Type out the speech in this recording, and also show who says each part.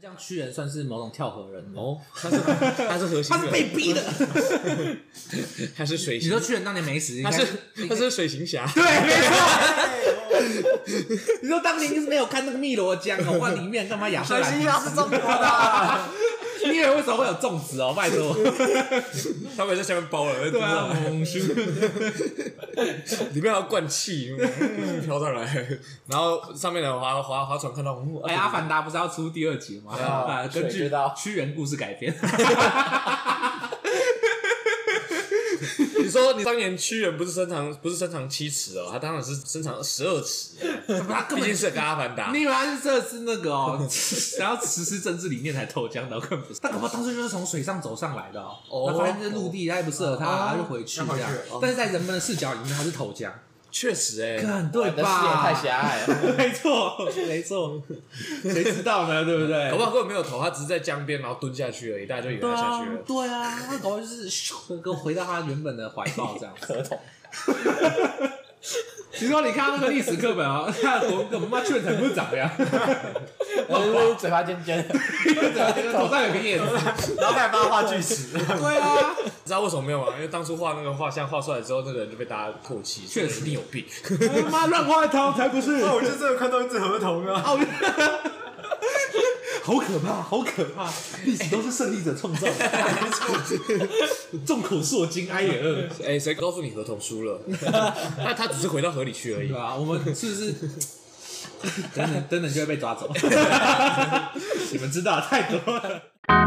Speaker 1: 像屈原算是某种跳河人哦，
Speaker 2: 哦，他是 他是核心
Speaker 1: 他是被
Speaker 2: 人，
Speaker 1: 逼的。
Speaker 2: 他是水
Speaker 1: 你
Speaker 2: 行
Speaker 1: 说，屈原当年没死，应
Speaker 2: 他
Speaker 1: 该
Speaker 2: 是他是水行 侠，
Speaker 1: 对，没错。你说当年就是没有看那个汨罗江 哦，哇，里面干嘛亚特
Speaker 3: 水
Speaker 1: 兰
Speaker 3: 星
Speaker 1: 蒂
Speaker 3: 侠是中国的，
Speaker 1: 斯？你以为为什么会有粽子哦？拜托，
Speaker 2: 他们在下面包了，对
Speaker 1: 啊
Speaker 2: 蒙羞， 里面还要灌气，嗯飘上来，然后上面的划划划船看到，嗯
Speaker 1: 哎，《阿凡达》不是要出第二集吗？啊，根
Speaker 3: 谁
Speaker 1: 据
Speaker 3: 知道
Speaker 1: 屈原故事改 编。
Speaker 2: 你说你当年屈原不是身长不是身长七尺哦，他当然是身长十二尺哦，
Speaker 1: 他根
Speaker 2: 毕
Speaker 1: 本
Speaker 2: 竟是个阿凡达
Speaker 1: 你。以为他是这次那个 哦，想要实施政治理念才投江的，根本不是。但恐怕当初就是从水上走上来的哦，
Speaker 2: 哦
Speaker 1: 然后发现这陆地他也不适合他，
Speaker 2: 哦
Speaker 1: 他就回去
Speaker 3: 他回
Speaker 1: 这
Speaker 3: 去
Speaker 1: 样
Speaker 3: 哦。
Speaker 1: 但是在人们的视角里面，他是投江，
Speaker 2: 确实哎、
Speaker 1: 看
Speaker 3: 我
Speaker 1: 对
Speaker 3: 的视野
Speaker 1: 吧？
Speaker 3: 太狭隘 了。
Speaker 1: 没错，没错，谁知道呢？对不对？
Speaker 2: 搞不好根本没有头，他只是在江边然后蹲下去而已，大家就以为
Speaker 1: 对
Speaker 2: 他下
Speaker 1: 啊
Speaker 2: 去了，。
Speaker 1: 对啊，他搞不好就是咻，给我回到他原本的怀抱这样。
Speaker 3: 合同
Speaker 1: 你说你看那个历史课本啊， 看我我妈去的程度长样，
Speaker 3: 呃，嘴巴尖尖的，
Speaker 1: 头上有个叶子。
Speaker 3: 然后还帮他画锯齿，
Speaker 1: 对啊，
Speaker 2: 你知道为什么没有吗？因为当初画那个画像画出来之后，那个人就被大家唾弃，
Speaker 1: 确实
Speaker 2: 说你有 病。
Speaker 1: 他妈乱画一通才不是。
Speaker 3: 我就真的看到一只合同啊。
Speaker 1: 奥运，好可怕，好可怕！历史都是胜利者创造 的，众口铄金，哀也恶。
Speaker 2: 哎、谁告诉你合同输了？ 那他只是回到河里去而已
Speaker 1: 对。啊，我们是不是 等等等等就会被抓走？你们知道太多了。